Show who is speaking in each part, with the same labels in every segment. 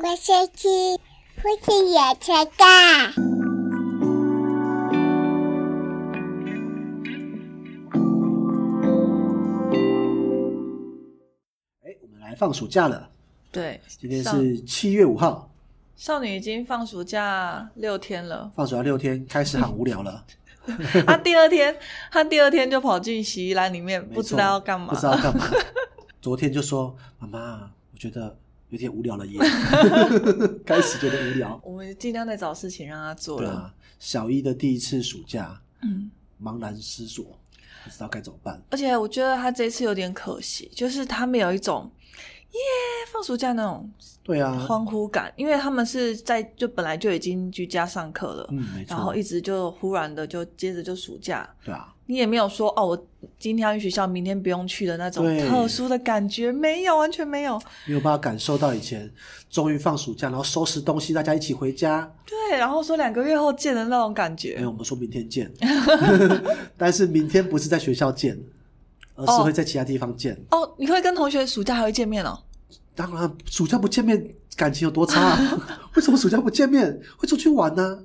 Speaker 1: 我先去，父亲也才干。
Speaker 2: 哎，我们来放暑假了，
Speaker 3: 对，
Speaker 2: 今天
Speaker 3: 上
Speaker 2: 是七月五号，
Speaker 3: 少女已经放暑假六天了，
Speaker 2: 放暑假六天，开始很无聊了，
Speaker 3: 她第二天，她第二天就跑进洗衣篮里面，
Speaker 2: 没
Speaker 3: 不知
Speaker 2: 错
Speaker 3: 道要干嘛
Speaker 2: 不。知道 干嘛。昨天就说妈妈，我觉得有点无聊 了耶，开始觉得无聊。
Speaker 3: 我们尽量在找事情让她做
Speaker 2: 对
Speaker 3: 了。
Speaker 2: 啊，小一的第一次暑假，
Speaker 3: 嗯，
Speaker 2: 茫然失所，不知道该怎么办。
Speaker 3: 而且我觉得她这次有点可惜，就是他们有一种耶放暑假那种
Speaker 2: 对啊，
Speaker 3: 欢呼感，因为他们是在就本来就已经居家上课了，
Speaker 2: 嗯，没
Speaker 3: 然后
Speaker 2: 错
Speaker 3: 一，直就忽然的就接着就暑假，
Speaker 2: 对啊，
Speaker 3: 你也没有说哦，我今天要去学校，明天不用去的那种
Speaker 2: 对
Speaker 3: 特殊的感觉，没有，完全没有。
Speaker 2: 没有办法感受到以前终于放暑假，然后收拾东西，大家一起回家。
Speaker 3: 对，然后说两个月后见的那种感觉，
Speaker 2: 没有，我们说明天 见， 但是明天不是在学校见，而是
Speaker 3: 哦
Speaker 2: 会在其他地方见。
Speaker 3: 哦，你会跟同学暑假还会见面哦？
Speaker 2: 当然，暑假不见面，感情有多差、 啊？为什么暑假不见面会出去玩呢、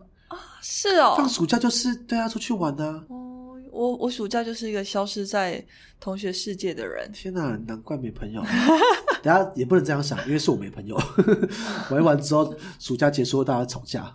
Speaker 3: 是哦，
Speaker 2: 放暑假就是对啊，出去玩呢、
Speaker 3: 哦，我我暑假就是一个消失在同学世界的人，
Speaker 2: 天哪、难怪没朋友。等下也不能这样想，因为是我没朋友。 玩一玩之后，暑假结束后大家吵架，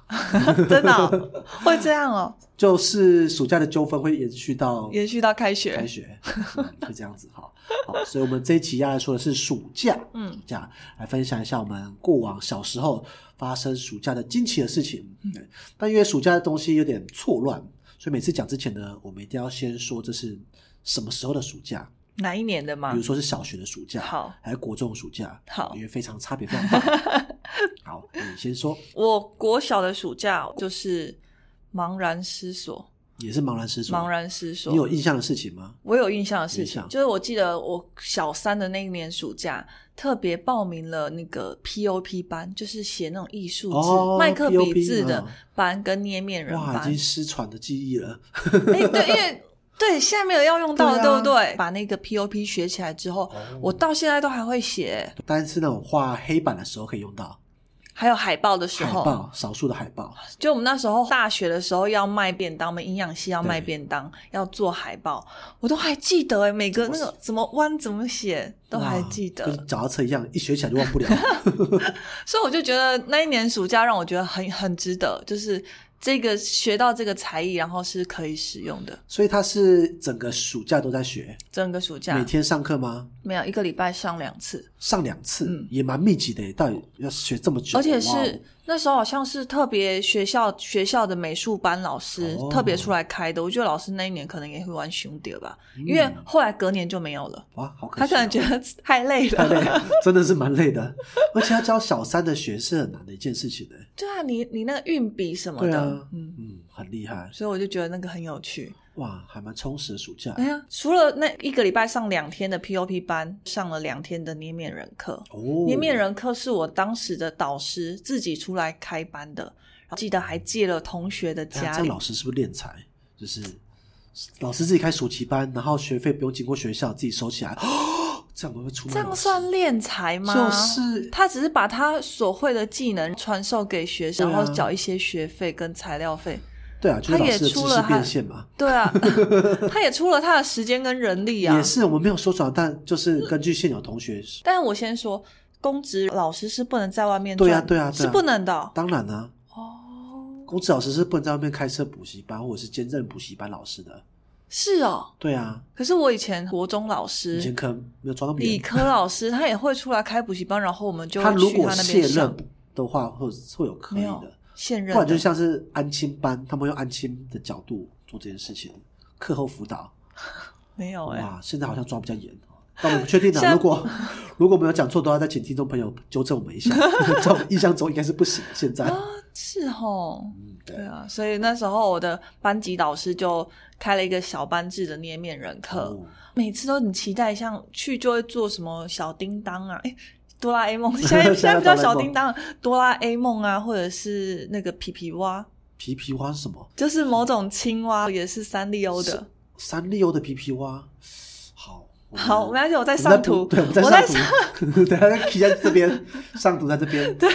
Speaker 3: 真的哦、会这 样哦，
Speaker 2: 就是暑假的纠纷会延续到
Speaker 3: 延续到开学。
Speaker 2: 开学，嗯会这样子。好，好，所以我们这一期要来说的是暑假，
Speaker 3: 嗯
Speaker 2: 暑假来分享一下我们过往小时候发生暑假的惊奇的事情。
Speaker 3: 嗯
Speaker 2: 对但因为暑假的东西有点错乱，所以每次讲之前呢，我们一定要先说这是什么时候的暑假，
Speaker 3: 哪一年的嘛
Speaker 2: 比如？说是小学的暑假，
Speaker 3: 好，
Speaker 2: 还有国中的暑假，
Speaker 3: 好
Speaker 2: 因为非常差别非常大。 好，你先说，
Speaker 3: 我国小的暑假就是茫然失所，
Speaker 2: 也是茫然失所，
Speaker 3: 茫然失所。
Speaker 2: 你有印象的事情吗？
Speaker 3: 我有印象的事
Speaker 2: 印
Speaker 3: 情
Speaker 2: 象，
Speaker 3: 就是我记得我小三的那一年暑假，特别报名了那个 POP 班，就是写那种艺术字、
Speaker 2: 哦
Speaker 3: 麦克笔字
Speaker 2: POP
Speaker 3: 的
Speaker 2: 嗯
Speaker 3: 班，跟捏面人
Speaker 2: 哇，已
Speaker 3: 班。
Speaker 2: 经失传的记忆了。
Speaker 3: 哎、对，因为对现在没有要用到的，
Speaker 2: 对
Speaker 3: 对
Speaker 2: 啊哦
Speaker 3: 不对？把那个 POP 学起来之后，我到现在都还会写，
Speaker 2: 但是那种画黑板的时候可以用到，
Speaker 3: 还有海报的时
Speaker 2: 海
Speaker 3: 候，
Speaker 2: 报，少数的海报，
Speaker 3: 就我们那时候大学的时候要卖便当，我们营养系要卖
Speaker 2: 对
Speaker 3: 便当，要做海报，我都还记得哎、每个那个怎么弯怎么写都还
Speaker 2: 哇
Speaker 3: 记得，
Speaker 2: 跟脚踏车一样，一学起来就忘 不了。
Speaker 3: 所以我就觉得那一年暑假让我觉得很很值得，就是这个学到这个才艺，然后是可以使用的。
Speaker 2: 所以他是整个暑假都在学，
Speaker 3: 整个暑
Speaker 2: 每
Speaker 3: 假
Speaker 2: 天上课吗？
Speaker 3: 没有一个礼拜上两次，
Speaker 2: 上两次，
Speaker 3: 嗯
Speaker 2: 也蛮密集的耶。到底要学这么久？
Speaker 3: 而
Speaker 2: 哇
Speaker 3: 且
Speaker 2: 哦
Speaker 3: 是那时候好像是特别学校学校的美术班老师
Speaker 2: 哦
Speaker 3: 特别出来开的。我觉得老师那一年可能也会玩熊蝶吧，
Speaker 2: 嗯
Speaker 3: 因为后来隔年就没有了。
Speaker 2: 哇，好可惜哦、
Speaker 3: 他可能觉得太累
Speaker 2: 太
Speaker 3: 了。
Speaker 2: 累 了， 真的是蛮累的。而且要教小三的学是很难的一件事情的。
Speaker 3: 对啊，你你那个运笔什么
Speaker 2: 对
Speaker 3: 的，
Speaker 2: 啊，
Speaker 3: 嗯，
Speaker 2: 嗯，很厉害，
Speaker 3: 所以我就觉得那个很有趣。
Speaker 2: 哇，还蛮充实的暑假。
Speaker 3: 哎呀，除了那一个礼拜上两天的 POP 班，上了两天的捏面人课。
Speaker 2: 哦，
Speaker 3: 捏面人课是我当时的导师自己出来开班的，然后记得还借了同学的
Speaker 2: 哎呀
Speaker 3: 家
Speaker 2: 这样
Speaker 3: 里。
Speaker 2: 老师是不是敛财？就是老师自己开暑期班，然后学费不用经过学校，自己收起来， 哦、这样会不会出卖
Speaker 3: 这
Speaker 2: 老
Speaker 3: 样
Speaker 2: 师
Speaker 3: 算敛财吗？
Speaker 2: 就是
Speaker 3: 他只是把他所会的技能传授给学生，
Speaker 2: 对啊
Speaker 3: 然后缴一些学费跟材 料费。
Speaker 2: 对啊，就是
Speaker 3: 他
Speaker 2: 老
Speaker 3: 也
Speaker 2: 师的知
Speaker 3: 出
Speaker 2: 识
Speaker 3: 了
Speaker 2: 变
Speaker 3: 汗
Speaker 2: 现嘛。
Speaker 3: 对啊，他也出了他的时间跟人力啊。
Speaker 2: 也是，我们没有说转，但就是根据现有同学，
Speaker 3: 但是我先说，公职老师是不能在外面赚，
Speaker 2: 对啊对啊对啊
Speaker 3: 是不能的哦。
Speaker 2: 当然呢、
Speaker 3: 哦
Speaker 2: 公职老师是不能在外面开设补习班或者是兼任补习班老师的。
Speaker 3: 是哦，
Speaker 2: 对啊，
Speaker 3: 可是我以前国中老
Speaker 2: 以
Speaker 3: 师
Speaker 2: 前、可能没有抓到
Speaker 3: 理
Speaker 2: 别人。
Speaker 3: 科老师，他也会出来开补习班，然后我们就
Speaker 2: 他
Speaker 3: 会
Speaker 2: 如
Speaker 3: 去
Speaker 2: 果
Speaker 3: 他那
Speaker 2: 卸
Speaker 3: 边上
Speaker 2: 任。的话，会会有可以
Speaker 3: 没有
Speaker 2: 的，
Speaker 3: 现任
Speaker 2: 不然就
Speaker 3: 的
Speaker 2: 像是安亲班，他们用安亲的角度做这件事情，课后辅导。
Speaker 3: 没有哎、
Speaker 2: 哇，现在好像抓比较严哦。但我们确定的，
Speaker 3: 像
Speaker 2: 如果如果没有讲错的话，再请听众朋友纠正我们一 下。在我们印象中应该是不行。现在，
Speaker 3: 哦哎是吼。
Speaker 2: 嗯，对
Speaker 3: 对啊，所以那时候我的班级导师就开了一个小班制的捏面人课，
Speaker 2: 哦
Speaker 3: 每次都很期待，像去就会做什么小叮当啊，哎，哆啦 A 梦，现在现在不叫小叮当，啊哆啦 A 梦啊，或者是那个皮皮蛙，
Speaker 2: 皮皮蛙是什么？
Speaker 3: 就是某种青蛙，也是三丽鸥的，
Speaker 2: 三丽鸥的皮皮蛙，好，我们
Speaker 3: 好，没关系，我在
Speaker 2: 我们在
Speaker 3: 上
Speaker 2: 补
Speaker 3: 图，
Speaker 2: 对，我们在
Speaker 3: 我在
Speaker 2: 上图，对，他提在这边，上图在这边，对，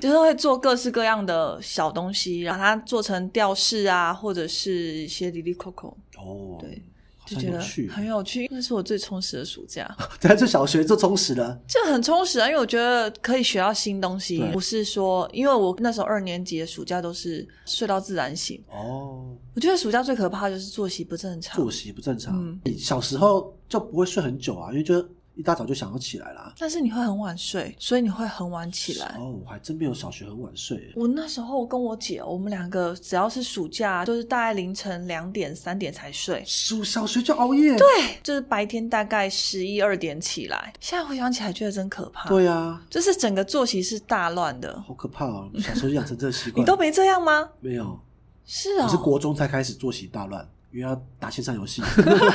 Speaker 3: 就是会做各式各样的小东西，把它做成吊饰啊，或者是一些 lily coco，
Speaker 2: 哦，
Speaker 3: 对，
Speaker 2: 好
Speaker 3: 就
Speaker 2: 像
Speaker 3: 觉
Speaker 2: 有
Speaker 3: 得
Speaker 2: 趣，
Speaker 3: 很有趣。那是我最充实的暑假，
Speaker 2: 对，这小学就充实了，
Speaker 3: 这很充实啊，因为我觉得可以学到新东西
Speaker 2: 对，
Speaker 3: 不是说因为我那时候二年级的暑假都是睡到自然醒。
Speaker 2: 哦，
Speaker 3: 我觉得暑假最可怕的就是作息不正常，
Speaker 2: 作息不正常，
Speaker 3: 嗯
Speaker 2: 你小时候就不会睡很久啊，因为就一大早就想要起来啦。
Speaker 3: 但是你会很晚睡，所以你会很晚起来。
Speaker 2: 哦，我还真没有小学很晚睡，
Speaker 3: 我那时候跟我姐，我们两个只要是暑假，就是大概凌晨两点、三点才睡，
Speaker 2: 小小学就熬夜，对，
Speaker 3: 就是白天大概十一二点起来。现在回想起来，觉得真可怕。
Speaker 2: 对啊，
Speaker 3: 就是整个作息是大乱的。
Speaker 2: 好可怕哦！小时候就养成这个习惯，
Speaker 3: 你都没这样吗？
Speaker 2: 没有，
Speaker 3: 是啊、
Speaker 2: 我是国中才开始作息大乱，因为要打线上游戏，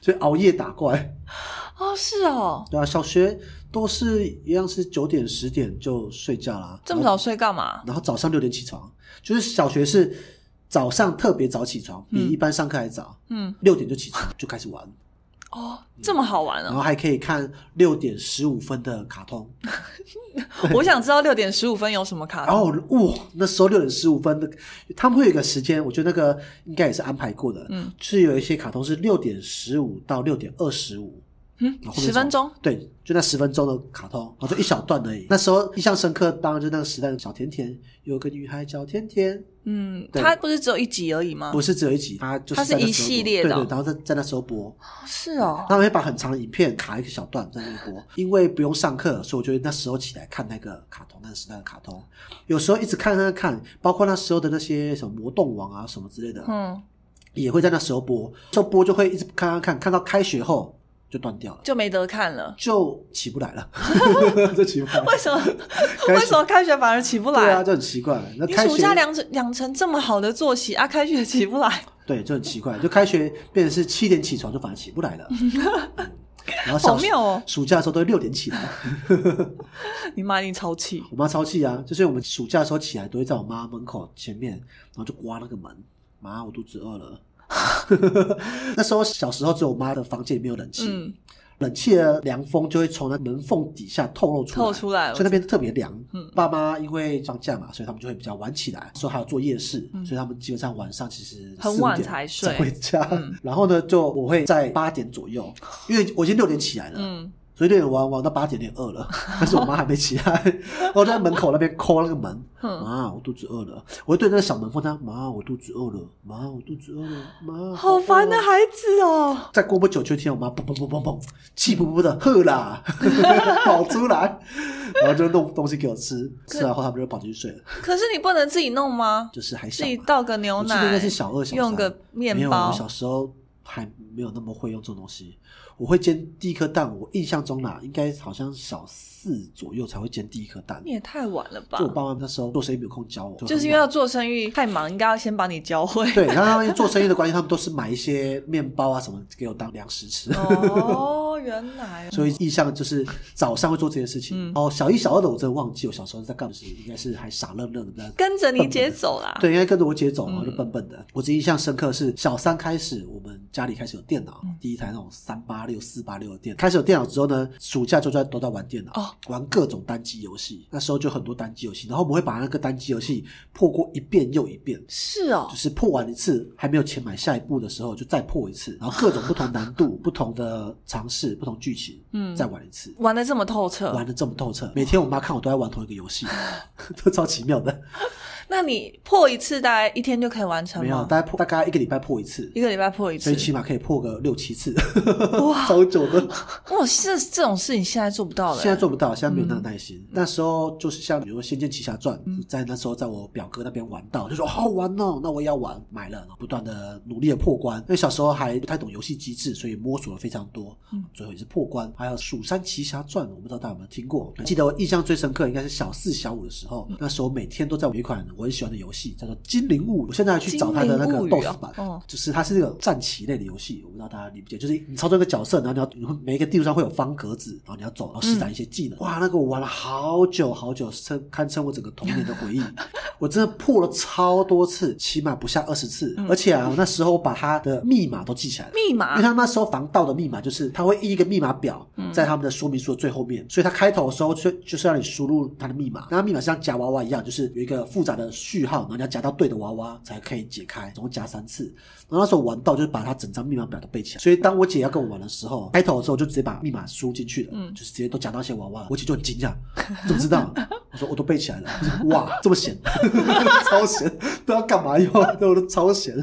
Speaker 2: 所以熬夜打怪。
Speaker 3: 哦，是哦，
Speaker 2: 对啊，小学都是一样是九点十点就睡觉啦，
Speaker 3: 这么
Speaker 2: 然
Speaker 3: 早
Speaker 2: 后，
Speaker 3: 睡干嘛？
Speaker 2: 然后早上六点起床，就是小学是早上特别早起床，比
Speaker 3: 嗯
Speaker 2: 一般上课还早，
Speaker 3: 嗯，
Speaker 2: 六点就起床就开始玩，
Speaker 3: 哦，这么好玩
Speaker 2: 然
Speaker 3: 哦！
Speaker 2: 后还可以看六点十五分的卡通，嗯
Speaker 3: 我想知道六点十五分有什么卡
Speaker 2: 然
Speaker 3: 通
Speaker 2: 后我哇，那时候六点十五分的，他们会有一个时间，我觉得那个应该也是安排过的，
Speaker 3: 嗯
Speaker 2: 是有一些卡通是六点十五到六点二十五。
Speaker 3: 嗯
Speaker 2: 然，后后面
Speaker 3: 十分钟，
Speaker 2: 对，就那十分钟的卡通，然后就一小段而 已。那时候印象深刻，当然就那个时代的小甜甜，有个女孩叫甜甜，
Speaker 3: 嗯，
Speaker 2: 对
Speaker 3: 它不是只有一集而已吗？
Speaker 2: 不是只有一集，她就是
Speaker 3: 它啊是
Speaker 2: 在那
Speaker 3: 一
Speaker 2: 时候
Speaker 3: 系
Speaker 2: 播
Speaker 3: 列的
Speaker 2: 对
Speaker 3: 哦
Speaker 2: 对，然后在在那时候播，
Speaker 3: 哦是哦，
Speaker 2: 他们会把很长的影片卡一个小段在那里播，因为不用上课，所以我觉得那时候起来看那个卡通，那个时代的卡通，有时候一直看看看，包括那时候的那些什么魔动王啊什么之类的，
Speaker 3: 嗯，
Speaker 2: 也会在那时候播，就播就会一直看看看，看到开学后就断掉了，
Speaker 3: 就没得看了。
Speaker 2: 就起不来 了， 就起不来了。
Speaker 3: 为什么？
Speaker 2: 学
Speaker 3: 为什么开学反而起不来？
Speaker 2: 对啊，就很奇怪。那
Speaker 3: 你
Speaker 2: 开
Speaker 3: 暑
Speaker 2: 学
Speaker 3: 假养成养成这么好的作息啊，开学起不来，
Speaker 2: 对就很奇怪，就开学变成是七点起床，就反而起不来 了。嗯然后小
Speaker 3: 好妙哦！
Speaker 2: 暑假的时候都六点起来，
Speaker 3: 你妈一定超气。
Speaker 2: 我妈超气啊！就是我们暑假的时候起来，都会在我妈门口前面，然后就刮那个门，妈，我肚子饿了。 那时候小时候只有我妈的房间里面有冷气，
Speaker 3: 嗯，
Speaker 2: 冷气的凉风就会从那门缝底下透露出来，
Speaker 3: 透出来了
Speaker 2: 所以那边特别凉。
Speaker 3: 嗯
Speaker 2: 爸妈因为放假嘛，所以他们就会比较晚起来，说还有做夜市，
Speaker 3: 嗯
Speaker 2: 所以他们基本上晚上其实
Speaker 3: 很
Speaker 2: 4-5
Speaker 3: 晚
Speaker 2: 点
Speaker 3: 才睡
Speaker 2: 回家。
Speaker 3: 嗯
Speaker 2: 然后呢，就我会在八点左右，因为我已经六点起来了，
Speaker 3: 嗯，
Speaker 2: 所以六点玩玩到八点有点饿 了，但是我妈还没起来，然后就在门口那边抠那个门，
Speaker 3: 嗯
Speaker 2: 妈，我肚子饿了，我就对那个小门缝讲，妈，我肚子饿了，妈，我肚子饿了，妈，
Speaker 3: 好烦啊
Speaker 2: 的
Speaker 3: 的孩子哦。
Speaker 2: 再过不久就听我妈砰砰砰砰砰，气噗噗的喝啦， 跑出来，然后就弄东西给我吃，吃完后他们就跑进去睡了，
Speaker 3: 可是你不能自己弄吗？
Speaker 2: 就是还小
Speaker 3: 自
Speaker 2: 嘛。
Speaker 3: 己倒个牛
Speaker 2: 我记得应该
Speaker 3: 奶
Speaker 2: 是，小二小三，
Speaker 3: 用个面
Speaker 2: 没有，啊
Speaker 3: 包
Speaker 2: 我小时候还没有那么会用这种东西。我会煎第一颗蛋，我印象中啦，应该好像小四左右才会煎第一颗蛋
Speaker 3: 你。也太晚了吧
Speaker 2: 就？我爸妈那时候做生意没有空教我，
Speaker 3: 就是因为要做生意太忙，应该要先把你教会。
Speaker 2: 对，然后他们做生意的关系，他们都是买一些面包啊什么给我当粮食吃。
Speaker 3: 哦，原来
Speaker 2: 所以印象就是早上会做这件事情。
Speaker 3: 嗯
Speaker 2: 哦，小一、小二的我真的忘记我小时候在干嘛，就是应该是还傻愣愣的不知道。
Speaker 3: 跟着你姐走啦。
Speaker 2: 对，应该跟着我姐走，然后就
Speaker 3: 啊嗯
Speaker 2: 笨笨的。我只印象深刻是小三开始，我们家里开始有电脑，
Speaker 3: 嗯
Speaker 2: 第一台那种三八六、四八六的电脑。开始有电脑之后呢，暑假就在都在玩电脑，
Speaker 3: 哦
Speaker 2: 玩各种单机游戏。那时候就很多单机游戏，然后我们会把那个单机游戏破过一遍又一遍。
Speaker 3: 是哦
Speaker 2: 就，是破完一次还没有钱买下一步的时候，就再破一次，然后各种不同难度、 不同的尝试、不同剧情，
Speaker 3: 嗯
Speaker 2: 再玩一次。
Speaker 3: 玩的这么透彻
Speaker 2: 玩，的这么透彻，每天我妈看我都在玩同一个游戏，都超奇妙的。
Speaker 3: 那你破一次大概一天就可以完成
Speaker 2: 没有，啊
Speaker 3: 吗？
Speaker 2: 大概破大概一个礼拜破一次，
Speaker 3: 一个礼拜破一
Speaker 2: 所
Speaker 3: 次
Speaker 2: 以，起码可以破个六七次， 超久的。
Speaker 3: 哇，这这种事情现在做不到了欸。
Speaker 2: 现在做不到，现在没有那个耐心。那时候就是像比如说《仙剑奇侠传》，在那时候在我表哥那边玩到，就说好玩哦，那我也要玩，买了，然后不断的努力的破关。因为小时候还不太懂游戏机制，所以摸索了非常多，
Speaker 3: 嗯
Speaker 2: 最后也是破关。还有《蜀山奇侠传》，我不知道大家有没有听过？
Speaker 3: 嗯
Speaker 2: 记得我印象最深刻应该是小四小五的时候，那时候每天都在玩一款我很喜欢的游戏，叫做《精灵物语》。我现在还去找它的那
Speaker 3: 精灵
Speaker 2: 个
Speaker 3: 物语
Speaker 2: BOSS
Speaker 3: 哦
Speaker 2: 版，
Speaker 3: 哦
Speaker 2: 就是它是那种战棋类的游戏，我不知道大家理不理解，就是你操作一个角色，然后你要你会每一个地图上会有方格子，然后你要走，
Speaker 3: 嗯
Speaker 2: 然 后施展一些技能。哇，那个我玩了好久好久，称堪称我整个童年的回忆。我真的破了超多次，起码不下二十次。
Speaker 3: 嗯
Speaker 2: 而且啊，我那时候把他的密码都记起来了。
Speaker 3: 密
Speaker 2: 因为
Speaker 3: 码
Speaker 2: 他那时候防盗的密码就是他会印一个密码表在他们的说明书的最后面，所以他开头的时候就就是让你输入他的密码，那密码像夹娃娃一样，就是有一个复杂的序号，然后你要夹到对的娃娃才可以解开，总共夹三次。然后那时候玩到就是把他整张密码表都背起来，所以当我姐要跟我玩的时候，开头的时候就直接把密码输进去了，
Speaker 3: 嗯
Speaker 2: 就是直接都夹到一些娃娃了，我姐就很惊讶，怎么知道？我说我都背起来了，哇，这么闲，超闲，不知道干嘛用，对我都超闲。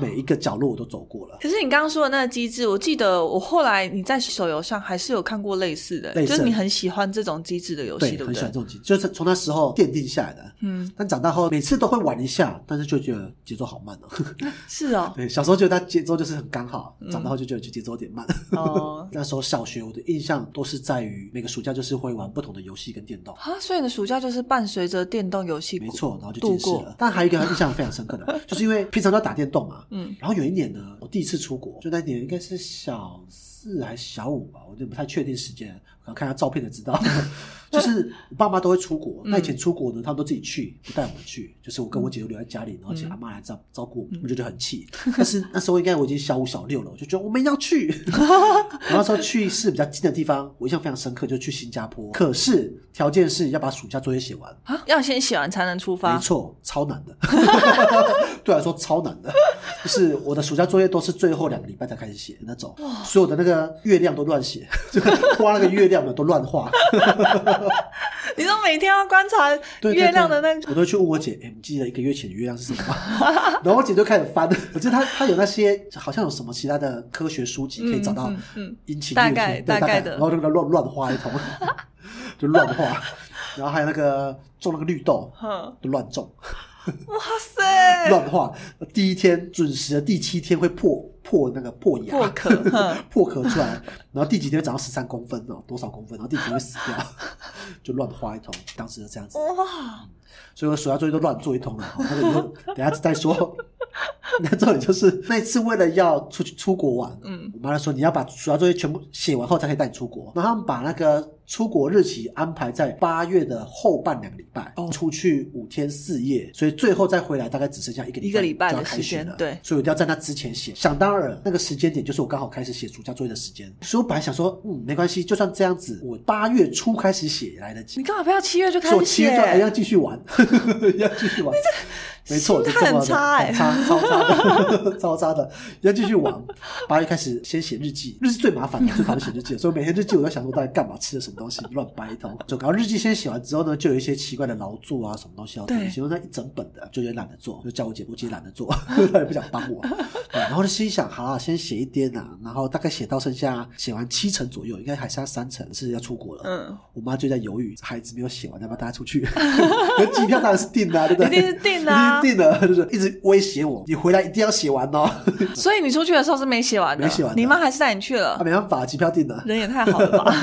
Speaker 2: 每一个角落我都走过了，
Speaker 3: 可是你刚刚说的那个机制，我记得我后来你在手游上还是有看过类似的，
Speaker 2: 类似
Speaker 3: 就是你很喜欢这种机制的游戏，对不
Speaker 2: 很喜
Speaker 3: 对
Speaker 2: 欢这？种节，就是从那时候奠定下来的。
Speaker 3: 嗯，
Speaker 2: 但长大后每次都会玩一下，但是就觉得节奏好 慢哦。
Speaker 3: 是 哦，
Speaker 2: 对，小时候觉得它节奏就是很刚好，
Speaker 3: 嗯
Speaker 2: 长大后就觉得节奏有点慢。
Speaker 3: 哦
Speaker 2: 那时候小学我的印象都是在于每个暑假就是会玩不同的游戏跟电动。
Speaker 3: 啊，所以你的暑假就是伴随着电动游戏，
Speaker 2: 没错，然后就
Speaker 3: 度
Speaker 2: 近视
Speaker 3: 过
Speaker 2: 了。。但还有一个印象非常深刻 的，就是因为平常都要打电动嘛，
Speaker 3: 嗯，
Speaker 2: 然后有一年呢，我第一次出国，就那一年应该是小四还是小五吧，我有点不太确定时间，可能看一下照片就知道。 就是我爸妈都会出国，那以前出国呢，他们都自己去，不带我们去，就是我跟我姐就留在家里，然后请阿妈来照照顾我们，我就觉得很气。 但是那时候应该我已经小五小六了，我就觉得我们要去。 然后那时候去是比较近的地方，我印象非常深刻，就去新加坡。可是条件是要把暑假作业写完，
Speaker 3: 啊，要先写完才能出
Speaker 2: 没
Speaker 3: 发。
Speaker 2: 错，超难的， 对我来说超难的，就是我的暑假作业都是最后两个礼拜才开始写的那种，所有的那个月亮都乱写， 就画那个月亮的都乱画。
Speaker 3: 你说每天要观察
Speaker 2: 对对对
Speaker 3: 月亮的那个，
Speaker 2: 我都会去问我姐，哎、你记得一个月前的月亮是什么吗？ 然后我姐就开始翻，我记得她她有那些好像有什么其他的科学书籍可以找到
Speaker 3: 嗯嗯嗯
Speaker 2: 阴晴
Speaker 3: 大
Speaker 2: 月
Speaker 3: 概
Speaker 2: 对
Speaker 3: 大
Speaker 2: 大
Speaker 3: 概
Speaker 2: 概
Speaker 3: 的
Speaker 2: 然后就给她乱乱画一通， 就乱画， 然后还有那个种那个绿豆
Speaker 3: 哼，
Speaker 2: 就乱种。
Speaker 3: 哇 塞，
Speaker 2: 乱画。第一天准时的第七天会破破那个破牙
Speaker 3: 破 壳哼
Speaker 2: 破壳出来，然后第几天会长到十三公分哦，多少公分，然后第几天会死掉， 就乱画一通。当时就这样子，
Speaker 3: 哇，
Speaker 2: 所以我暑假作业都乱做一通了。好那个以后等一下再说。 那重点就是那一次为了要出去出国玩，
Speaker 3: 嗯
Speaker 2: 我妈就说你要把暑假作业全部写完后才可以带你出国，然后他们把那个出国日期安排在八月的后半两个礼拜，
Speaker 3: 哦
Speaker 2: 出去五天四夜，所以最后再回来大概只剩下一个
Speaker 3: 一个礼拜
Speaker 2: 就
Speaker 3: 的
Speaker 2: 要开学
Speaker 3: 时间
Speaker 2: 了，
Speaker 3: 对
Speaker 2: 所以我一定要在那之前写。想当然，那个时间点就是我刚好开始写暑假作业的时间，所以我本来想说，嗯，没关系，就算这样子，我八月初开始写也来得及
Speaker 3: 你。干嘛不要七月就开
Speaker 2: 所以我
Speaker 3: 始
Speaker 2: 七
Speaker 3: 写
Speaker 2: 月？就还哎要继续玩， 要继续 玩。没错，就
Speaker 3: 心
Speaker 2: 这
Speaker 3: 态
Speaker 2: 么
Speaker 3: 很
Speaker 2: 的
Speaker 3: 差欸
Speaker 2: 很差超差的， 超差的，要继续玩。八月开始先写日记，日记最麻烦的，最讨厌写日记了。所以每天日记我在想说，到底干嘛，吃了什么东西，乱掰一通。就然后日记先写完之后呢，就有一些奇怪的劳作啊，什么东西要做，
Speaker 3: 对
Speaker 2: 其中那一整本的就也懒得做，就叫我姐，我姐懒得做， 她也不想帮我。对然后就心想，好啦，先写一点啊，然后大概写到剩下写完七成左右，应该还剩下三成是要出国了。
Speaker 3: 嗯，
Speaker 2: 我妈就在犹豫，孩子没有写完，要不要带他出去？ 可机票当然是订的、啊，对不对？
Speaker 3: 一定是订的啊
Speaker 2: 一定是订的， 就是一直威胁我，你回来一定要写完哦。
Speaker 3: 所以你出去的时候是没写完的，
Speaker 2: 没写完的
Speaker 3: 你妈还是带你去
Speaker 2: 啊，
Speaker 3: 了，
Speaker 2: 没办法，机票订的，
Speaker 3: 人也太好 了吧？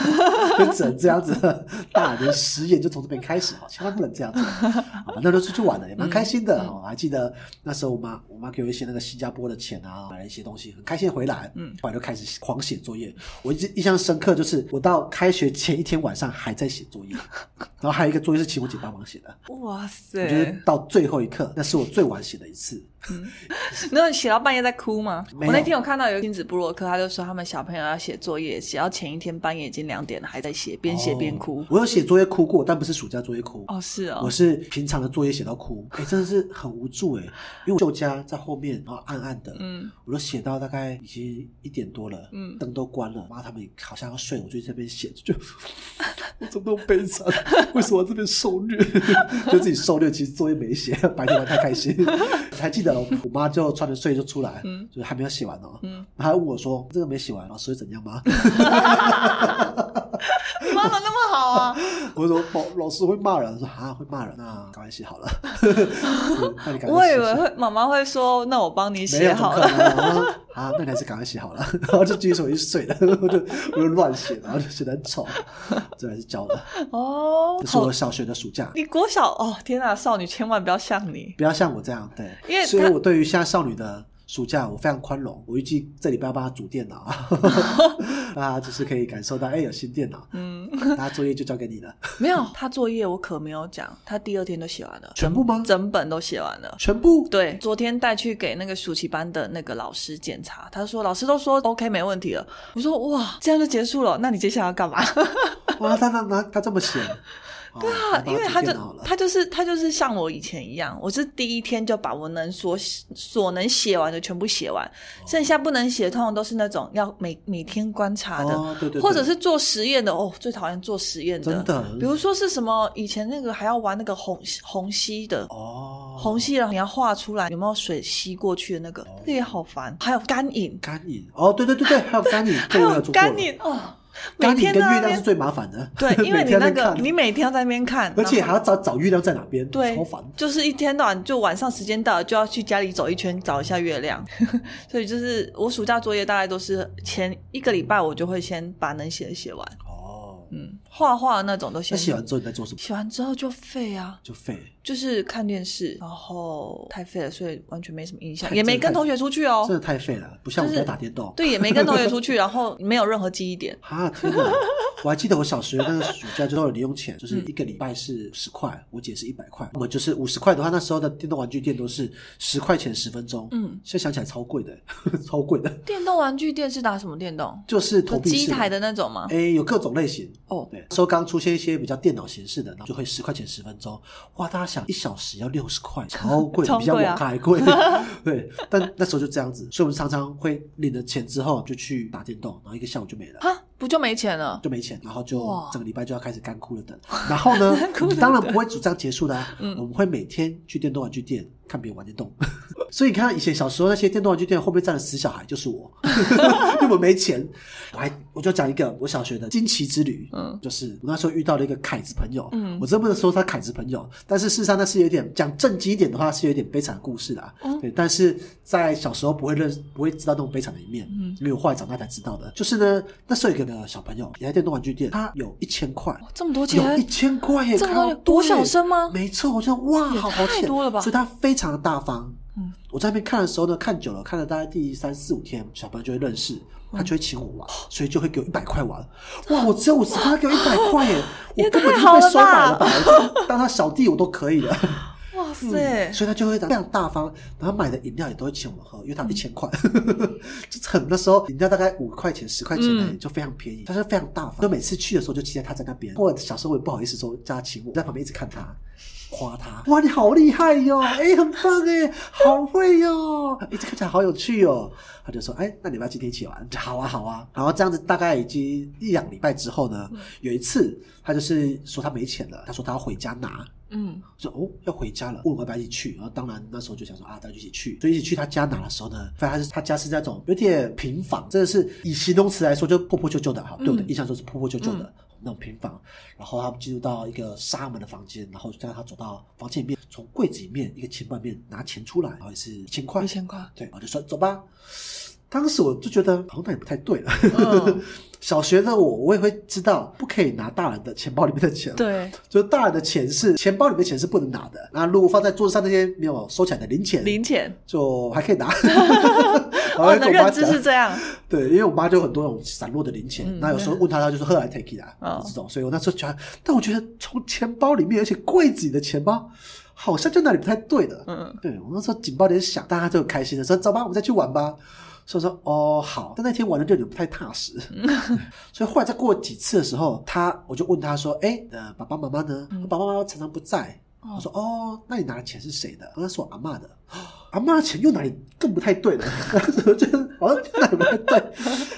Speaker 2: 就只能这样子。 大人的实验就从这边开始啊，千万不能这样子。好吧，那就出去玩了，也蛮开心
Speaker 3: 嗯
Speaker 2: 的。哦，还记得那时候我妈，我妈给我一些那个新加坡的钱啊，买了一些东西，很开心地回来。嗯，后来就开始狂写作业。我一直印象深刻，就是我到开学前一天晚上还在写作业，然后还有一个作业是请我姐帮忙写的。
Speaker 3: 哇
Speaker 2: 我觉得
Speaker 3: 塞，
Speaker 2: 到最后一刻，那是我最晚写的一次。
Speaker 3: 那你写到半夜在哭吗？我
Speaker 2: 没有
Speaker 3: 那天有看到有亲子部落客，他就说他们小朋友要写作业，写到前一天半夜已经两点了，还在写，边写边哭
Speaker 2: 哦。我有写作业哭过，但不是暑假作业哭。
Speaker 3: 哦，是哦
Speaker 2: 我，是平常的作业写到哭，哎、真的是很无助哎、因为我舅家在后面，然后暗暗的，
Speaker 3: 嗯，
Speaker 2: 我都写到大概已经一点多了，
Speaker 3: 嗯
Speaker 2: 灯都关了，妈他们好像要睡，我就在这边写，就 我怎么那么悲惨？为什么要这边受虐？ 就自己受虐，其实作业没写，白天玩太开心。 还记得我妈就穿着睡衣就出来，
Speaker 3: 嗯
Speaker 2: 就是还没有写完哦，
Speaker 3: 嗯，
Speaker 2: 她还问我说：“这个没写完，老师会怎样吗？”
Speaker 3: 妈妈那么好 啊，
Speaker 2: 我说老老师会骂人，我说啊会骂人啊，赶快写 好了。嗯那你赶
Speaker 3: 我
Speaker 2: 快
Speaker 3: 以
Speaker 2: 写
Speaker 3: 为
Speaker 2: 写。
Speaker 3: 会妈妈会说，那我帮你
Speaker 2: 没有
Speaker 3: 写
Speaker 2: 怎么
Speaker 3: 好
Speaker 2: 可
Speaker 3: 了。
Speaker 2: 能啊！我说啊，那你还是赶快写好了， 然后就举手一睡了， 我就我就乱写，然后就写得很丑，这还是教 的。
Speaker 3: 哦
Speaker 2: 这，是
Speaker 3: 好
Speaker 2: 我，小学的暑假，
Speaker 3: 你国小哦，天哪，少女千万不要像你。
Speaker 2: 不要像我这样对，
Speaker 3: 因为
Speaker 2: 所以
Speaker 3: 他
Speaker 2: 我对于现在少女的暑假我非常宽容，我预计这礼拜要帮他组电脑， 那他就是可以感受到，哎、有新电脑，
Speaker 3: 嗯，
Speaker 2: 那作业就交给你了，
Speaker 3: 没有，他作业我可没有讲，他第二天都写完了，
Speaker 2: 全部吗？
Speaker 3: 整本都写完了。
Speaker 2: 全部？
Speaker 3: 对，昨天带去给那个暑期班的那个老师检查，他说老师都说 OK 没问题了。我说哇，这样就结束了，那你接下来要干嘛？
Speaker 2: 哇，他他他他这么 闲？哦对
Speaker 3: 啊， 因为他就
Speaker 2: 好了，
Speaker 3: 他就是他就是像我以前一样，我是第一天就把我能所所能写完的全部写完，
Speaker 2: 哦
Speaker 3: 剩下不能写通常都是那种要每每天观察的，
Speaker 2: 哦对对对
Speaker 3: 或者是做实验的哦，最讨厌做实验的，
Speaker 2: 真的
Speaker 3: 比如说是什么以前那个还要玩那个虹虹吸的，
Speaker 2: 哦，
Speaker 3: 虹吸然后你要画出来有没有水吸过去的那个，
Speaker 2: 哦
Speaker 3: 那、也好烦，还有干饮，
Speaker 2: 干瘾哦，对对对对，还有 干瘾，
Speaker 3: 还
Speaker 2: 这个我
Speaker 3: 有
Speaker 2: 有做过了
Speaker 3: 干饮哦，每
Speaker 2: 干瘾
Speaker 3: 天
Speaker 2: 跟
Speaker 3: 在那
Speaker 2: 月亮是
Speaker 3: 边
Speaker 2: 最麻烦的，
Speaker 3: 对，因为
Speaker 2: 每
Speaker 3: 你
Speaker 2: 天
Speaker 3: 那
Speaker 2: 在
Speaker 3: 个
Speaker 2: 看
Speaker 3: 你每天要在那边看，
Speaker 2: 而且
Speaker 3: 然后
Speaker 2: 还要找找月亮在哪边，
Speaker 3: 对，
Speaker 2: 超烦。
Speaker 3: 就是一天到晚就晚上时间到了就要去家里走一圈找一下月亮， 所以就是我暑假作业大概都是前一个礼拜我就会先把能写的写完，
Speaker 2: 哦，
Speaker 3: 嗯，画画那种都先
Speaker 2: 那写完之后你在做什么？
Speaker 3: 写完之后就废啊，
Speaker 2: 就废，
Speaker 3: 就是看电视，然后太废了，所以完全没什么印象，
Speaker 2: 太
Speaker 3: 也没
Speaker 2: 真的太
Speaker 3: 跟同学出去哦
Speaker 2: 真，的太废了，不像我
Speaker 3: 就
Speaker 2: 们在
Speaker 3: 是
Speaker 2: 打电动。
Speaker 3: 对，也没跟同学出去，然后没有任何记忆点，
Speaker 2: 啊，天哪！我还记得我小学那个暑假就都有零用钱，
Speaker 3: 嗯
Speaker 2: 就是一个礼拜是十块，我姐是一百块，我们就是五十块的话，那时候的电动玩具店都是十块钱十分钟。
Speaker 3: 嗯，
Speaker 2: 现在想起来超贵的， 超贵的，
Speaker 3: 电动玩具店是打什么电动？
Speaker 2: 就是投
Speaker 3: 有
Speaker 2: 币式哎
Speaker 3: 机台的那种吗？
Speaker 2: 诶、有各种类型。
Speaker 3: 哦，
Speaker 2: 对，那时候刚出现一些比较电脑形式的，然后就会十块钱十分钟，哇！大家想一小时要六十块， 超贵，
Speaker 3: 超
Speaker 2: 比较
Speaker 3: 贵啊
Speaker 2: 网咖还 贵。对，但那时候就这样子，所以我们常常会领了钱之后就去打电动，然后一个下午就没了。
Speaker 3: 哈，不就没钱了？
Speaker 2: 就没钱，然后就
Speaker 3: 哇
Speaker 2: 整个礼拜就要开始干枯了等。然后呢，我们当然不会主张结束的、啊，我们会每天去电动玩具店看别人玩电动。 所以你看，以前小时候那些电动玩具店后面站的死小孩就是我， 因为我没钱。我还我就讲一个我小学的惊奇之旅，
Speaker 3: 嗯
Speaker 2: 就是我那时候遇到了一个凯子朋友，
Speaker 3: 嗯
Speaker 2: 我真不能说他凯子朋友，但是事实上那是有点讲正经一点的话是有点悲惨的故事的、啊，
Speaker 3: 哦
Speaker 2: 对，但是在小时候不会认不会知道那种悲惨的一面，
Speaker 3: 嗯
Speaker 2: 因为我后来长大才知道的，就是呢那时候有一个小朋友也在电动玩具店，他有一千块。
Speaker 3: 这哦么多
Speaker 2: 有
Speaker 3: 钱
Speaker 2: 一，千块耶！
Speaker 3: 这么
Speaker 2: 看到
Speaker 3: 多多小
Speaker 2: 对
Speaker 3: 生吗
Speaker 2: 没错，我就哇，
Speaker 3: 也
Speaker 2: 好好
Speaker 3: 太
Speaker 2: 钱
Speaker 3: 多了吧
Speaker 2: 所以他非常的大方。
Speaker 3: 嗯
Speaker 2: 我在那边看的时候呢，看久了，看了大概第三四五天，小朋友就会认识，他就会请我玩，所以就会给我一百块玩。哇，我只有五十块，他给我一百块耶！我
Speaker 3: 也
Speaker 2: 根本就
Speaker 3: 太
Speaker 2: 被
Speaker 3: 好了
Speaker 2: 收买
Speaker 3: 吧
Speaker 2: 了吧？我就当他小弟我都可以了。嗯
Speaker 3: 哇塞！
Speaker 2: 所以他就会非常大方，然后买的饮料也都会请我们喝，因为他一千块， 就是很那时候饮料大概五块钱、十块钱而已，
Speaker 3: 嗯
Speaker 2: 就非常便宜。他是非常大方，就每次去的时候就期待他在那边。我小时候我也不好意思说叫他请我，在旁边一直看他。夸他，哇，你好厉害 哟！哎、很棒哎，好会哟！哎、这看起来好有趣哦。他就说，哎、那你们要今天一起玩？好啊，好啊。然后这样子大概已经一两礼拜之后呢，
Speaker 3: 嗯
Speaker 2: 有一次他就是说他没钱了，他说他要回家拿，
Speaker 3: 嗯，
Speaker 2: 我说哦，要回家了，问我要不要一起去。然后当然那时候就想说啊，大家一起去。所以一起去他家拿的时候呢，发现他是他家是那种有点平房，真的是以形容词来说就破破旧旧的，好，对我的
Speaker 3: 嗯
Speaker 2: 印象中是破破旧旧的。
Speaker 3: 嗯
Speaker 2: 那种平房，然后他们进入到一个纱门的房间，然后就让他走到房间里面，从柜子里面一个钱包里面拿钱出来，然后也是一千块
Speaker 3: 一，千块，
Speaker 2: 对，我就说走吧。当时我就觉得好像那也不太对了。
Speaker 3: 嗯
Speaker 2: 小学的我，我也会知道不可以拿大人的钱包里面的钱，
Speaker 3: 对，
Speaker 2: 就是大人的钱是钱包里面钱是不能拿的，那如果放在桌子上那些没有收起来的零钱，
Speaker 3: 零钱。
Speaker 2: 就还可以 拿。
Speaker 3: 我的
Speaker 2: 跟妈
Speaker 3: 认知
Speaker 2: 讲
Speaker 3: 是这样，
Speaker 2: 对，因为我妈就有很多那种散落的零钱，
Speaker 3: 嗯
Speaker 2: 那有时候问她，她就说“喝来 take it 啊
Speaker 3: 哦”
Speaker 2: 这种，所以我那时候觉得，但我觉得从钱包里面，而且柜子里的钱包，好像就哪里不太对的。
Speaker 3: 嗯，
Speaker 2: 对我那时候警报有点响，大家就很开心的说：“走吧，我们再去玩吧。”所以我说哦好，但那天玩的就有点不太踏实， 所以后来再过几次的时候，他我就问他说：“哎、呃，爸爸妈妈呢？
Speaker 3: 嗯
Speaker 2: 爸爸妈妈常常不在。”
Speaker 3: 哦
Speaker 2: 我说：“哦，那你拿的钱是谁的？”他说：“我阿嬷的。”阿妈的钱又哪里更不太对了？ 我觉得好像哪里不太对。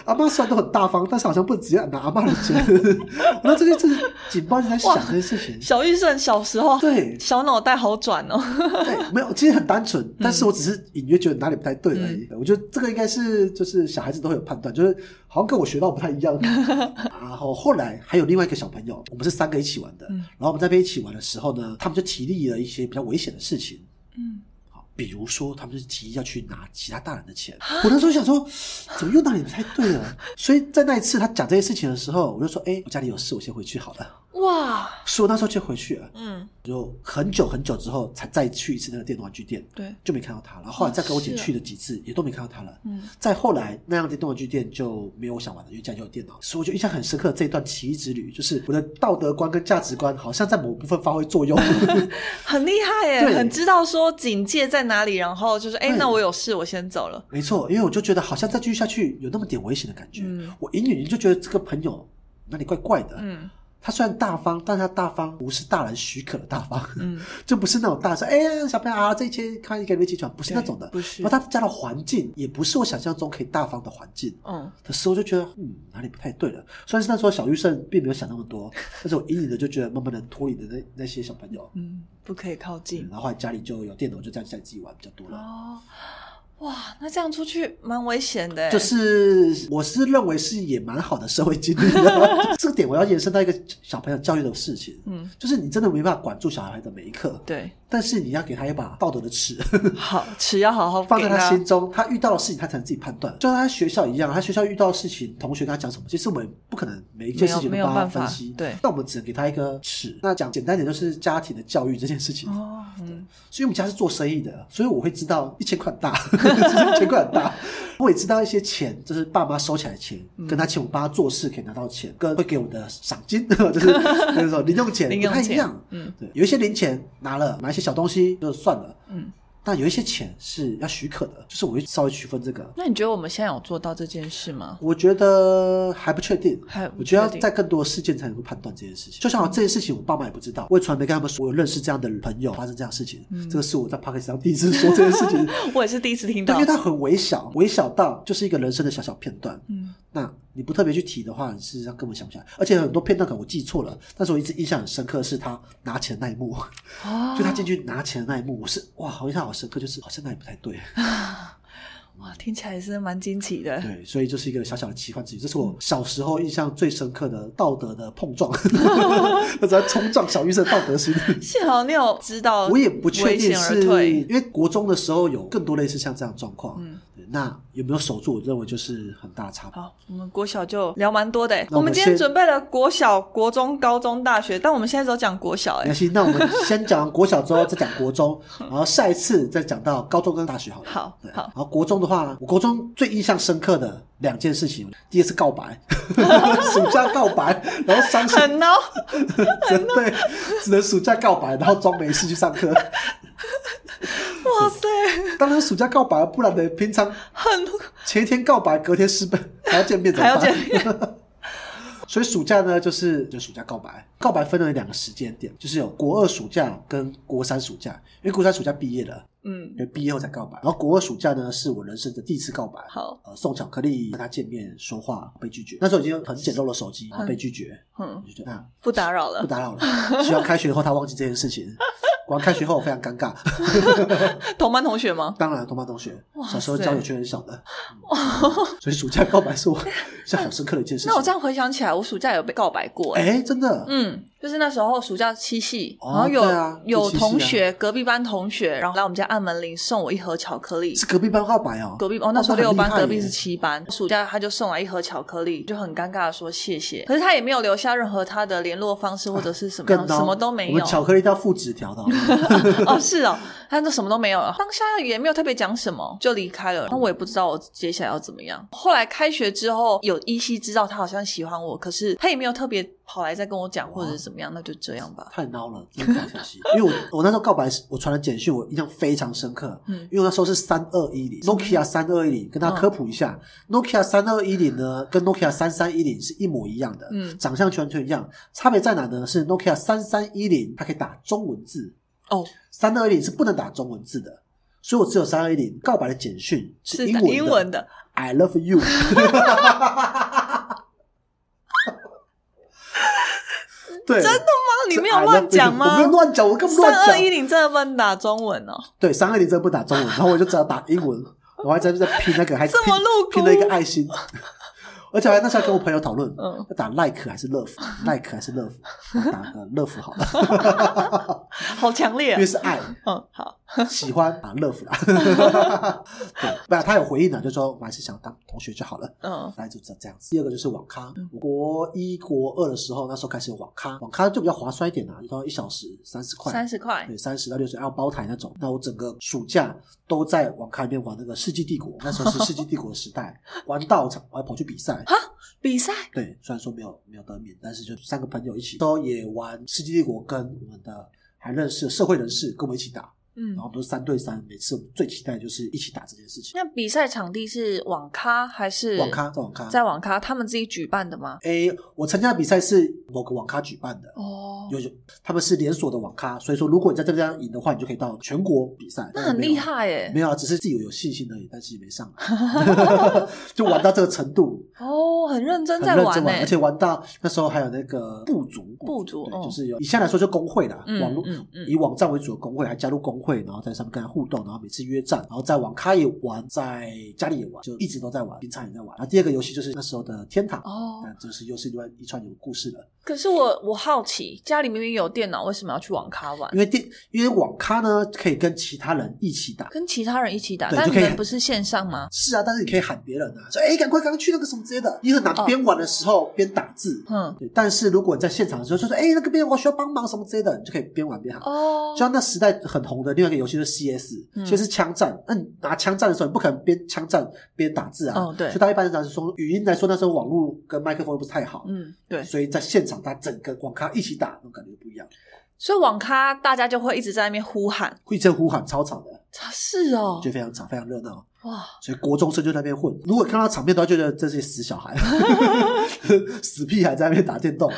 Speaker 2: 阿妈虽然都很大方，但是好像不能直接拿阿妈的钱。 我那这个这个警报就在想
Speaker 3: 哇
Speaker 2: 这件事情。
Speaker 3: 小玉胜小时候
Speaker 2: 对
Speaker 3: 小脑袋好转哦，
Speaker 2: 对，没有，其实很单纯，但是我只是隐约觉得哪里不太对而已。我觉得这个应该是就是小孩子都会有判断，就是好像跟我学到不太一样。然后后来还有另外一个小朋友，我们是三个一起玩的，
Speaker 3: 嗯
Speaker 2: 然后我们在那边一起玩的时候呢，他们就提议了一些比较危险的事情。
Speaker 3: 嗯，
Speaker 2: 好比如说，他们就提议要去拿其他大人的钱。我那时候想说，怎啊么又哪里不太对了？所以在那一次他讲这些事情的时候，我就说：“哎、我家里有事，我先回去好了。”
Speaker 3: 哇，
Speaker 2: 所以我那时候就回去了，
Speaker 3: 嗯，
Speaker 2: 就很久很久之后才再去一次那个电动玩具店，
Speaker 3: 对，
Speaker 2: 就没看到他了。然后后来再跟我姐
Speaker 3: 是啊
Speaker 2: 去了几次，也都没看到他了。
Speaker 3: 嗯，
Speaker 2: 再后来，那样的电动玩具店就没有我想玩的，因为家里有电脑，所以我就印象很深刻这一段奇异之旅，就是我的道德观跟价值观好像在某部分发挥作用。
Speaker 3: 很厉害耶，
Speaker 2: 对
Speaker 3: 很知道说警戒在哪里，然后就是哎、
Speaker 2: 对
Speaker 3: 那我有事，我先走了。
Speaker 2: 没错，因为我就觉得好像再继续下去有那么点危险的感觉。
Speaker 3: 嗯
Speaker 2: 我隐隐就觉得这个朋友哪里怪怪的。
Speaker 3: 嗯
Speaker 2: 他虽然大方，但他大方不是大人许可的大方，
Speaker 3: 嗯，
Speaker 2: 就不是那种大声哎呀小朋友啊，这一切看一个人一起转，不是那种的。
Speaker 3: 对不是
Speaker 2: 然后他家的环境也不是我想象中可以大方的环境。
Speaker 3: 嗯，
Speaker 2: 的时候就觉得，嗯，哪里不太对了。虽然是那时候小玉胜并没有想那么多，但是我隐隐的就觉得慢慢的脱离的那那些小朋友，
Speaker 3: 嗯，不可以靠
Speaker 2: 嗯
Speaker 3: 近
Speaker 2: 然。后后来家里就有电脑，就这样在自己玩比较多了。
Speaker 3: 哦，哇，那这样出去蛮危险的欸耶。
Speaker 2: 就是我是认为是也蛮好的社会经历的，这个点我要延伸到一个小朋友教育的事情，
Speaker 3: 嗯，
Speaker 2: 就是你真的没办法管住小孩的每一刻，
Speaker 3: 对，
Speaker 2: 但是你要给他一把道德的尺，
Speaker 3: 好，只要好好
Speaker 2: 放在
Speaker 3: 给
Speaker 2: 他心中，他遇到的事情他才能自己判断。就像他学校一样，他学校遇到的事情，同学跟他讲什么，其实我们不可能每一件事情
Speaker 3: 没
Speaker 2: 都
Speaker 3: 有
Speaker 2: 帮他
Speaker 3: 没有办
Speaker 2: 分
Speaker 3: 法
Speaker 2: 析。
Speaker 3: 哦对
Speaker 2: 那我们只能给他一个尺。那讲简单一点，就是家庭的教育这件事情。
Speaker 3: 哦，嗯，
Speaker 2: 所以我们家是做生意的，所以我会知道一千块 很大，一千块很大。我也知道一些钱，就是爸妈收起来的钱，跟他请我帮他做事可以拿到钱，跟会给我的赏金， 就是那种零用钱
Speaker 3: 零
Speaker 2: 不
Speaker 3: 用
Speaker 2: 太
Speaker 3: 钱
Speaker 2: 一样。
Speaker 3: 嗯
Speaker 2: 对，有一些零钱拿了，买一些小东西就算了。
Speaker 3: 嗯，
Speaker 2: 但有一些钱是要许可的，就是我会稍微区分这个。
Speaker 3: 那你觉得我们现在有做到这件事吗？
Speaker 2: 我觉得还不确定，
Speaker 3: 还不
Speaker 2: 我觉得
Speaker 3: 确定
Speaker 2: 要在更多的事件才能够判断这件事情。就像我这件事情，我爸妈也不知道，我也从来没跟他们说我有认识这样的朋友发生这样的事情。
Speaker 3: 嗯
Speaker 2: 这个是我在 p o c k e t 上第一次说这件事 情，
Speaker 3: 我也是第一次听
Speaker 2: 对，
Speaker 3: 到
Speaker 2: 因为。它很微小，微小到就是一个人生的小小片段。
Speaker 3: 嗯，
Speaker 2: 那你不特别去提的话，你事实上根本想不起来。而且很多片段可能我记错了，但是我一直印象很深刻的是他拿钱那一幕，
Speaker 3: 哦
Speaker 2: 就他进去拿钱的那一幕，我是哇，我印象好深刻，就是好像那里不太对。
Speaker 3: 哇，听起来也是蛮惊奇的。
Speaker 2: 对，所以就是一个小小的奇幻之旅，这是
Speaker 3: 嗯
Speaker 2: 我小时候印象最深刻的道德的碰 撞， 那只要冲撞小玉生的道德心。
Speaker 3: 幸好你有知道，
Speaker 2: 我也不确
Speaker 3: 危
Speaker 2: 定
Speaker 3: 险而
Speaker 2: 是，
Speaker 3: 退
Speaker 2: 因。为国中的时候有更多类似像这样的状况，
Speaker 3: 嗯
Speaker 2: 对那有没有守住，我认为就是很大的差别。
Speaker 3: 好，我们国小就聊蛮多的欸。
Speaker 2: 那我们
Speaker 3: 们今天
Speaker 2: 先
Speaker 3: 准备了国小、国中、高中、大学，但我们现在只有讲国小。
Speaker 2: 那
Speaker 3: 哎，
Speaker 2: 行，那我们先讲完国小之后，再讲国 中，然后下一次再讲到高中跟大学好了。
Speaker 3: 好
Speaker 2: 对，
Speaker 3: 好
Speaker 2: 然，后国中的话，我国中最印象深刻的两件事情，第一个是告 白，暑假告白，然后伤心
Speaker 3: 很孬。
Speaker 2: 对，只能暑假告白，然后装没事去上 课。
Speaker 3: 哇塞，
Speaker 2: 当然暑假告白，不然的平常
Speaker 3: 很
Speaker 2: 前一天告白，隔天失败，还要见面怎
Speaker 3: 还
Speaker 2: 么
Speaker 3: 要
Speaker 2: 办
Speaker 3: 见？面。
Speaker 2: 所以暑假呢，就是就暑假告白，告白分了两个时间点，就是有国二暑假跟国三暑假，因为国三暑假毕业了，
Speaker 3: 嗯
Speaker 2: 因，为毕业后才告白。然后国二暑假呢，是我人生的第一次告白，
Speaker 3: 好，
Speaker 2: 呃，送巧克力跟他见面说话被拒绝，那时候已经很简陋的手机，然后被拒绝，
Speaker 3: 嗯
Speaker 2: 我，就觉得啊，
Speaker 3: 不打扰了
Speaker 2: 不。打扰了。希望开学后他忘记这件事情。果然开学后我非常尴尬。
Speaker 3: 同班同学吗？
Speaker 2: 当然，同班同学
Speaker 3: 哇，
Speaker 2: 小时候
Speaker 3: 塞
Speaker 2: 交友圈很小的，嗯所以暑假告白是我是很深刻的一件事情。
Speaker 3: 那我这样回想起来，我暑假有被告白过。哎，
Speaker 2: 哎，真的，
Speaker 3: 嗯，就是那时候暑假七夕，
Speaker 2: 哦
Speaker 3: 然后有
Speaker 2: 对啊
Speaker 3: 有
Speaker 2: 七夕啊
Speaker 3: 同学隔壁班同学，然后来我们家按门铃送我一盒巧克力。
Speaker 2: 是隔壁班告白哦。
Speaker 3: 隔壁哦，那时候
Speaker 2: 哇
Speaker 3: 六班，
Speaker 2: 很厉害
Speaker 3: 隔
Speaker 2: 耶
Speaker 3: 壁是七班。暑假他就送来一盒巧克力，就很尴尬的说谢谢，可是他也没有留下任何他的联络方式或者是什么
Speaker 2: 更
Speaker 3: 样，
Speaker 2: 糟
Speaker 3: 哦什么都没
Speaker 2: 我
Speaker 3: 有
Speaker 2: 们。巧克力都要附纸条的哦，
Speaker 3: 哦，是哦，他就什么都没有了。当下也没有特别讲什么，就离开了。那我也不知道我接下来要怎么样。后来开学之后，有依稀知道他好像喜欢我，可是他也没有特别跑来再跟我讲或者是怎么样，那就这样吧。
Speaker 2: 太孬了，真的太可惜。因为我我那时候告白是，我传了简讯，我印象非常深刻。
Speaker 3: 嗯
Speaker 2: 因为我那时候是三二一零，Nokia 三二一零，跟大家科普一下、n o k i a 三二一零呢，跟 Nokia 三三一零是一模一样的，
Speaker 3: 嗯
Speaker 2: 长相完全一样。差别在哪呢？是 Nokia 三三一零它可以打中文字，
Speaker 3: 哦，
Speaker 2: 三二一零是不能打中文字的。所以我只有三二一零告白的简讯是
Speaker 3: 是
Speaker 2: 英
Speaker 3: 的
Speaker 2: 文的
Speaker 3: 英文的，啊
Speaker 2: i love you。对，真的
Speaker 3: 啊，你没有乱讲
Speaker 2: 我没有
Speaker 3: 吗？
Speaker 2: 乱讲，我根本乱
Speaker 3: 三
Speaker 2: 讲。
Speaker 3: 二一零真的不能打中文哦，
Speaker 2: 对，三二零真的不打中文，然后我就只好打英 文，我还在在拼那个，还拼
Speaker 3: 这么露骨
Speaker 2: 拼了一个爱心， 而且还那时候还跟我朋友讨论，
Speaker 3: 嗯
Speaker 2: 要打 like 还是 love，like 还是 love，打个 love 好了，
Speaker 3: 好强烈
Speaker 2: 因
Speaker 3: 啊
Speaker 2: 为。是爱。
Speaker 3: 嗯，好，
Speaker 2: 喜欢啊，乐福 啦。对，不然他有回应的，就说我还是想当同学就好了。
Speaker 3: 嗯
Speaker 2: 大概就这这样子。第二个就是网咖，我国一国二的时候，那时候开始有网咖，网咖就比较划算一点啊，到一小时三十块，
Speaker 3: 三十块，
Speaker 2: 对，三十到六十，然后包台那种。那我整个暑假都在网咖里面玩那个《世纪帝国》，那时候是《世纪帝国》的时代，玩到场，我还跑去比赛。
Speaker 3: 比赛
Speaker 2: 对，虽然说没有没有得名，但是就三个朋友一起，都也玩《世纪帝国》，跟我们的还认识的社会人士跟我们一起打，
Speaker 3: 嗯
Speaker 2: 然后我们都是三对三，每次我们最期待就是一起打这件事情。
Speaker 3: 那比赛场地是网咖还是
Speaker 2: 网咖在网咖
Speaker 3: 在网咖，他们自己举办的吗？
Speaker 2: 诶，我参加的比赛是某个网咖举办的，
Speaker 3: 哦，
Speaker 2: 有有，他们是连锁的网咖，所以说如果你在这边赢的话，你就可以到全国比赛。
Speaker 3: 那很
Speaker 2: 没有
Speaker 3: 厉。害耶
Speaker 2: 没！有啊，只是自己有有信心而已，但是也没上， 就玩到这个程度，
Speaker 3: 哦，很认真
Speaker 2: 很
Speaker 3: 在
Speaker 2: 认真玩，
Speaker 3: 哎
Speaker 2: 而，且玩到那时候还有那个部族，
Speaker 3: 部族
Speaker 2: 对
Speaker 3: 哦
Speaker 2: 就是有以下来说就工会啦，
Speaker 3: 嗯
Speaker 2: 网络
Speaker 3: 嗯嗯
Speaker 2: 以网站为主的工会，还加入工会，然后在上面跟他互动，然后每次约战，然后在网咖也玩，在家里也玩，就一直都在玩，平常也在玩。然后第二个游戏就是那时候的天堂，
Speaker 3: 哦，
Speaker 2: 但就是又是另外一串有故事了。
Speaker 3: 可是我我好奇，家里明明有电脑，为什么要去网咖玩
Speaker 2: 因？为电，因为网咖呢可以跟其他人一起打，
Speaker 3: 跟其他人一起打，
Speaker 2: 对
Speaker 3: 但
Speaker 2: 就
Speaker 3: 你
Speaker 2: 可以
Speaker 3: 们不是线上吗？
Speaker 2: 是啊，但是你可以喊别人啊，说哎，赶快赶快去那个什么之类的。你很难
Speaker 3: 哦
Speaker 2: 边玩的时候边打字，
Speaker 3: 嗯，
Speaker 2: 对。但是如果你在现场的时候就说哎，那个边我需要帮忙什么之类的，你就可以边玩边喊。
Speaker 3: 哦
Speaker 2: 就，像那时代很红的另外一个游戏就是 CS，
Speaker 3: 嗯
Speaker 2: 就是枪战。那你拿枪战的时候，你不可能边枪战边打字啊。
Speaker 3: 哦对
Speaker 2: 所以大家一般来说，语音来说那时候网络跟麦克风又不是太好，
Speaker 3: 嗯，对，
Speaker 2: 所以在现场大家整个网咖一起打，那种感觉不一样，
Speaker 3: 所以网咖大家就会一直在那边呼喊，
Speaker 2: 会一阵呼喊超吵的，
Speaker 3: 是哦
Speaker 2: 就，非常吵，非常热闹。
Speaker 3: 哇，
Speaker 2: 所以国中生就在那边混。如果看到场面，都会觉得这些死小 孩、死屁孩在那边打电动。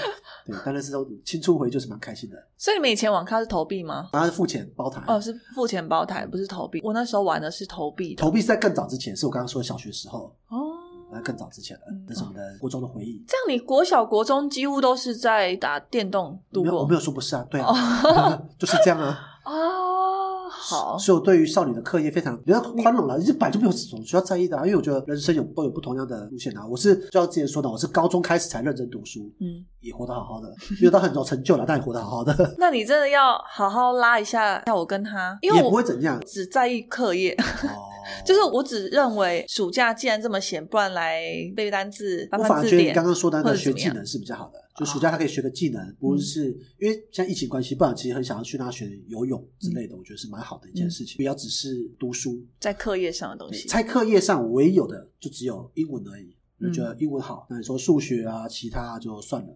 Speaker 2: 对，但是都青春回忆就是蛮开心的。
Speaker 3: 所以你们以前网咖是投币吗？
Speaker 2: 然后付钱包台，
Speaker 3: 哦，是付钱包台，不是投币。我那时候玩的是投币的
Speaker 2: 投币是在更早之前，是我刚刚说的小学时候，
Speaker 3: 哦。
Speaker 2: 那更早之前了
Speaker 3: 嗯。
Speaker 2: 那是我们的国中的回忆。
Speaker 3: 这样你国小、国中几乎都是在打电动度
Speaker 2: 没有，我
Speaker 3: 过
Speaker 2: 没有说不是啊，对啊， 就是这样啊。
Speaker 3: 哦，好，
Speaker 2: 所以我对于少女的课业非常比较宽容了，一直摆就没有什么需要在意的、啊，因为我觉得人生有都有不同样的路线啊。我是就像之前说的，我是高中开始才认真读书，
Speaker 3: 嗯，
Speaker 2: 也活得好好的，没有到很有成就了，但也活得好好的。
Speaker 3: 那你真的要好好拉一下，像我跟他，因为
Speaker 2: 也不
Speaker 3: 我。
Speaker 2: 会怎样
Speaker 3: 只在意课业，
Speaker 2: 哦，
Speaker 3: 就是我只认为暑假既然这么闲，不然来背单字、翻
Speaker 2: 我反
Speaker 3: 翻
Speaker 2: 而
Speaker 3: 字
Speaker 2: 觉得你
Speaker 3: 典
Speaker 2: 刚。刚说的那
Speaker 3: 或
Speaker 2: 个
Speaker 3: 者怎
Speaker 2: 学
Speaker 3: 么
Speaker 2: 技
Speaker 3: 样哦
Speaker 2: 能是比较好的，就暑假他可以学个技能，无论是因为现在疫情关系，不然其实很想要去那学游泳之类
Speaker 3: 嗯
Speaker 2: 的，我觉得是蛮好的一件事情。不要只是读书，
Speaker 3: 在课业上的东西，
Speaker 2: 在课业上我唯有的就只有英文而已。我
Speaker 3: 嗯
Speaker 2: 觉得英文好，那你说数学啊，其他就算 了，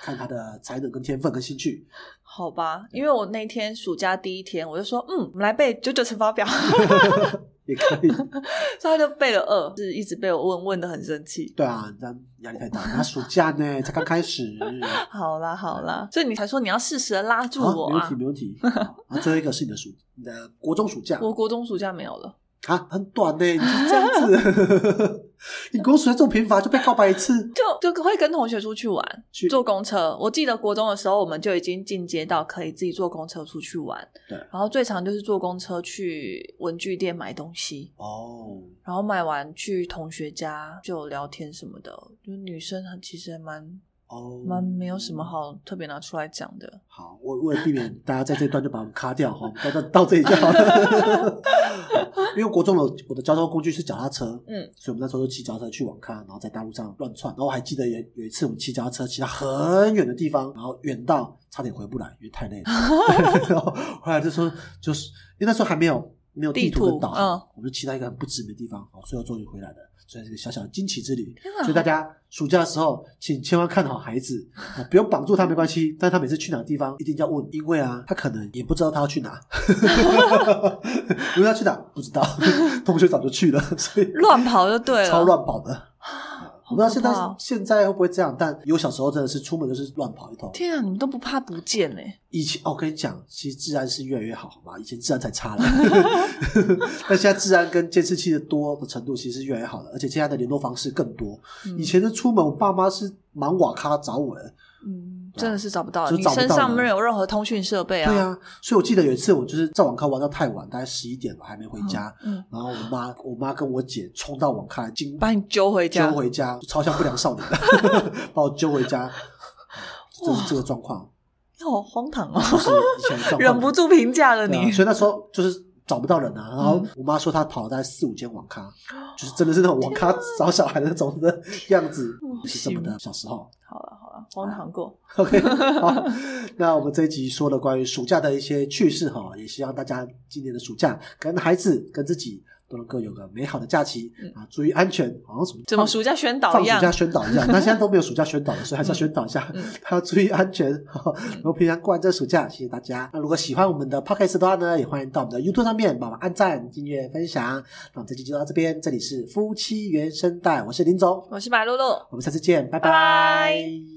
Speaker 2: 看他的才能、跟天分、跟兴趣。
Speaker 3: 好吧？因为我那天暑假第一天，我就说，嗯，我们来背九九乘法表，
Speaker 2: 也可以，
Speaker 3: 所以他就背了二，就是一直被我问，问的很生气。
Speaker 2: 对啊，这样压力太大。那暑假呢，才刚开始，
Speaker 3: 好啦好啦，所以你才说你要适时的拉住
Speaker 2: 好
Speaker 3: 我
Speaker 2: 没问
Speaker 3: 啊
Speaker 2: 题，！没问题。 好啊，最后一个是你的暑，你的国中暑假。
Speaker 3: 我国中暑假没有了，
Speaker 2: 啊，很短呢、你就这样 子，你国学这么贫乏就被告白一次，
Speaker 3: 就就会跟同学出去玩，
Speaker 2: 去
Speaker 3: 坐公车。我记得国中的时候，我们就已经进阶到可以自己坐公车出去玩。
Speaker 2: 对
Speaker 3: 然后最常就是坐公车去文具店买东西，
Speaker 2: 哦，
Speaker 3: 然后买完去同学家就聊天什么的。就是女生很其实还蛮
Speaker 2: 哦，
Speaker 3: 蛮没有什么。好特别拿出来讲的。
Speaker 2: 好，我为了避免大家在这段就把我们卡掉哈，到到到这里就好了。 因为国中的我的交通工具是脚踏车，
Speaker 3: 嗯，
Speaker 2: 所以我们那时候就骑脚踏车去网咖，然后在大路上乱窜。然后我还记得有有一次我们骑脚踏车骑到很远的地方，然后远到差点回不来，因为太累了。 然后后来就说，就是因为那时候还没有没有地图
Speaker 3: 地图
Speaker 2: 跟导航，
Speaker 3: 嗯
Speaker 2: 我们就骑到一个很不知名的地方，然后最后终于回来了。所以这个小小的惊奇之旅
Speaker 3: 天，哪
Speaker 2: 所以大家暑假的时候，请千万看好孩子，啊不用绑住他没关系，但他每次去哪个地方一定要问，因为啊，他可能也不知道他要去哪， 因为他去哪不知道， 同学早就去了，所以
Speaker 3: 乱跑就对了，
Speaker 2: 超乱跑的。我不知道现在
Speaker 3: 好可怕哦
Speaker 2: 现在会不会这样，但有小时候真的是出门就是乱跑一 通。
Speaker 3: 天啊，你们都不怕不见呢、
Speaker 2: 以前哦，我跟你讲，其实治安是越来越好，好吗？以前治安才差 了， 但现在治安跟监视器的多的程度其实是越来越好了，而且现在的联络方式更多。
Speaker 3: 嗯
Speaker 2: 以前的出门，我爸妈是满瓦咖找我的，
Speaker 3: 嗯，真的是找不到，
Speaker 2: 就
Speaker 3: 你
Speaker 2: 找不到
Speaker 3: 身上
Speaker 2: 了
Speaker 3: 没有任何通讯设备啊。
Speaker 2: 对，啊，所以我记得有一次我就是在网咖玩到太晚，大概十一点了还没回家，
Speaker 3: 嗯，
Speaker 2: 然后我妈我妈跟我姐冲到网咖来惊
Speaker 3: 把你揪回家，
Speaker 2: 揪回家， 就超像不良少年的，把我揪回家，嗯就是这个状况。
Speaker 3: 好好荒唐 哦，
Speaker 2: 就是以前的状况
Speaker 3: 忍不住评价了
Speaker 2: 对
Speaker 3: 你嗯
Speaker 2: 啊。所以那时候就是找不到人啊。然后我妈说她跑了大概四五间网咖，就是真的是那种网咖找小孩的那种的样子，
Speaker 3: 嗯
Speaker 2: 是这么的。小时候
Speaker 3: 好了好了，
Speaker 2: 哎
Speaker 3: 荒唐过，
Speaker 2: ，OK，好，那我们这一集说了关于暑假的一些趣事哈，也希望大家今年的暑假跟孩子跟自己都能够有个美好的假期啊，注意安全，好像什么
Speaker 3: 嗯怎么暑假宣导
Speaker 2: 放
Speaker 3: 一
Speaker 2: 暑
Speaker 3: 样
Speaker 2: 假？宣导 一下，那现在都没有暑假宣导了，所以还是要宣导一下， 还要注意安全。然后平常过完这暑假，谢谢大家。那如果喜欢我们的 podcast 的话呢，也欢迎到我们的 YouTube 上面帮忙按赞、订阅、分享。那我们这期就到这边，这里是夫妻原声带，我是林总，
Speaker 3: 我是白露露。
Speaker 2: 我们下次见，拜
Speaker 3: 拜拜